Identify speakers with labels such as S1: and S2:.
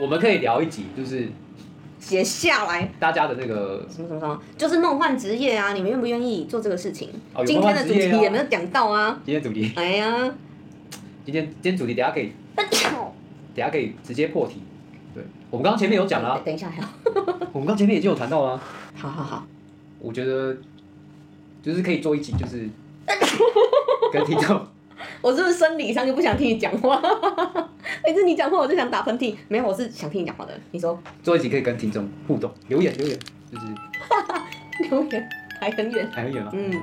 S1: 我们可以聊一集，就是
S2: 写下来
S1: 大家的那个
S2: 什么什么什么，就是梦幻职业啊，你们愿不愿意做这个事情？
S1: 哦有
S2: 今天的主题
S1: 梦幻职业啊
S2: 也没有讲到啊。
S1: 今天主题，
S2: 哎呀，
S1: 今天今天主题等一下可以等一下可以直接破题。对，我们刚刚前面有讲啦、
S2: 哎
S1: 啊
S2: 等一下，还有
S1: 我们刚前面已经有谈到啦、啊
S2: 好好好，
S1: 我觉得就是可以做一集，就是跟听众
S2: 我是不是生理上就不想听你讲话？ 每次你讲话，我就想打喷嚏。没有，我是想听你讲话的。你说
S1: 做一集可以跟听众互动，留言留言，就是哎
S2: 留言还很远，
S1: 还很远吗？
S2: 嗯，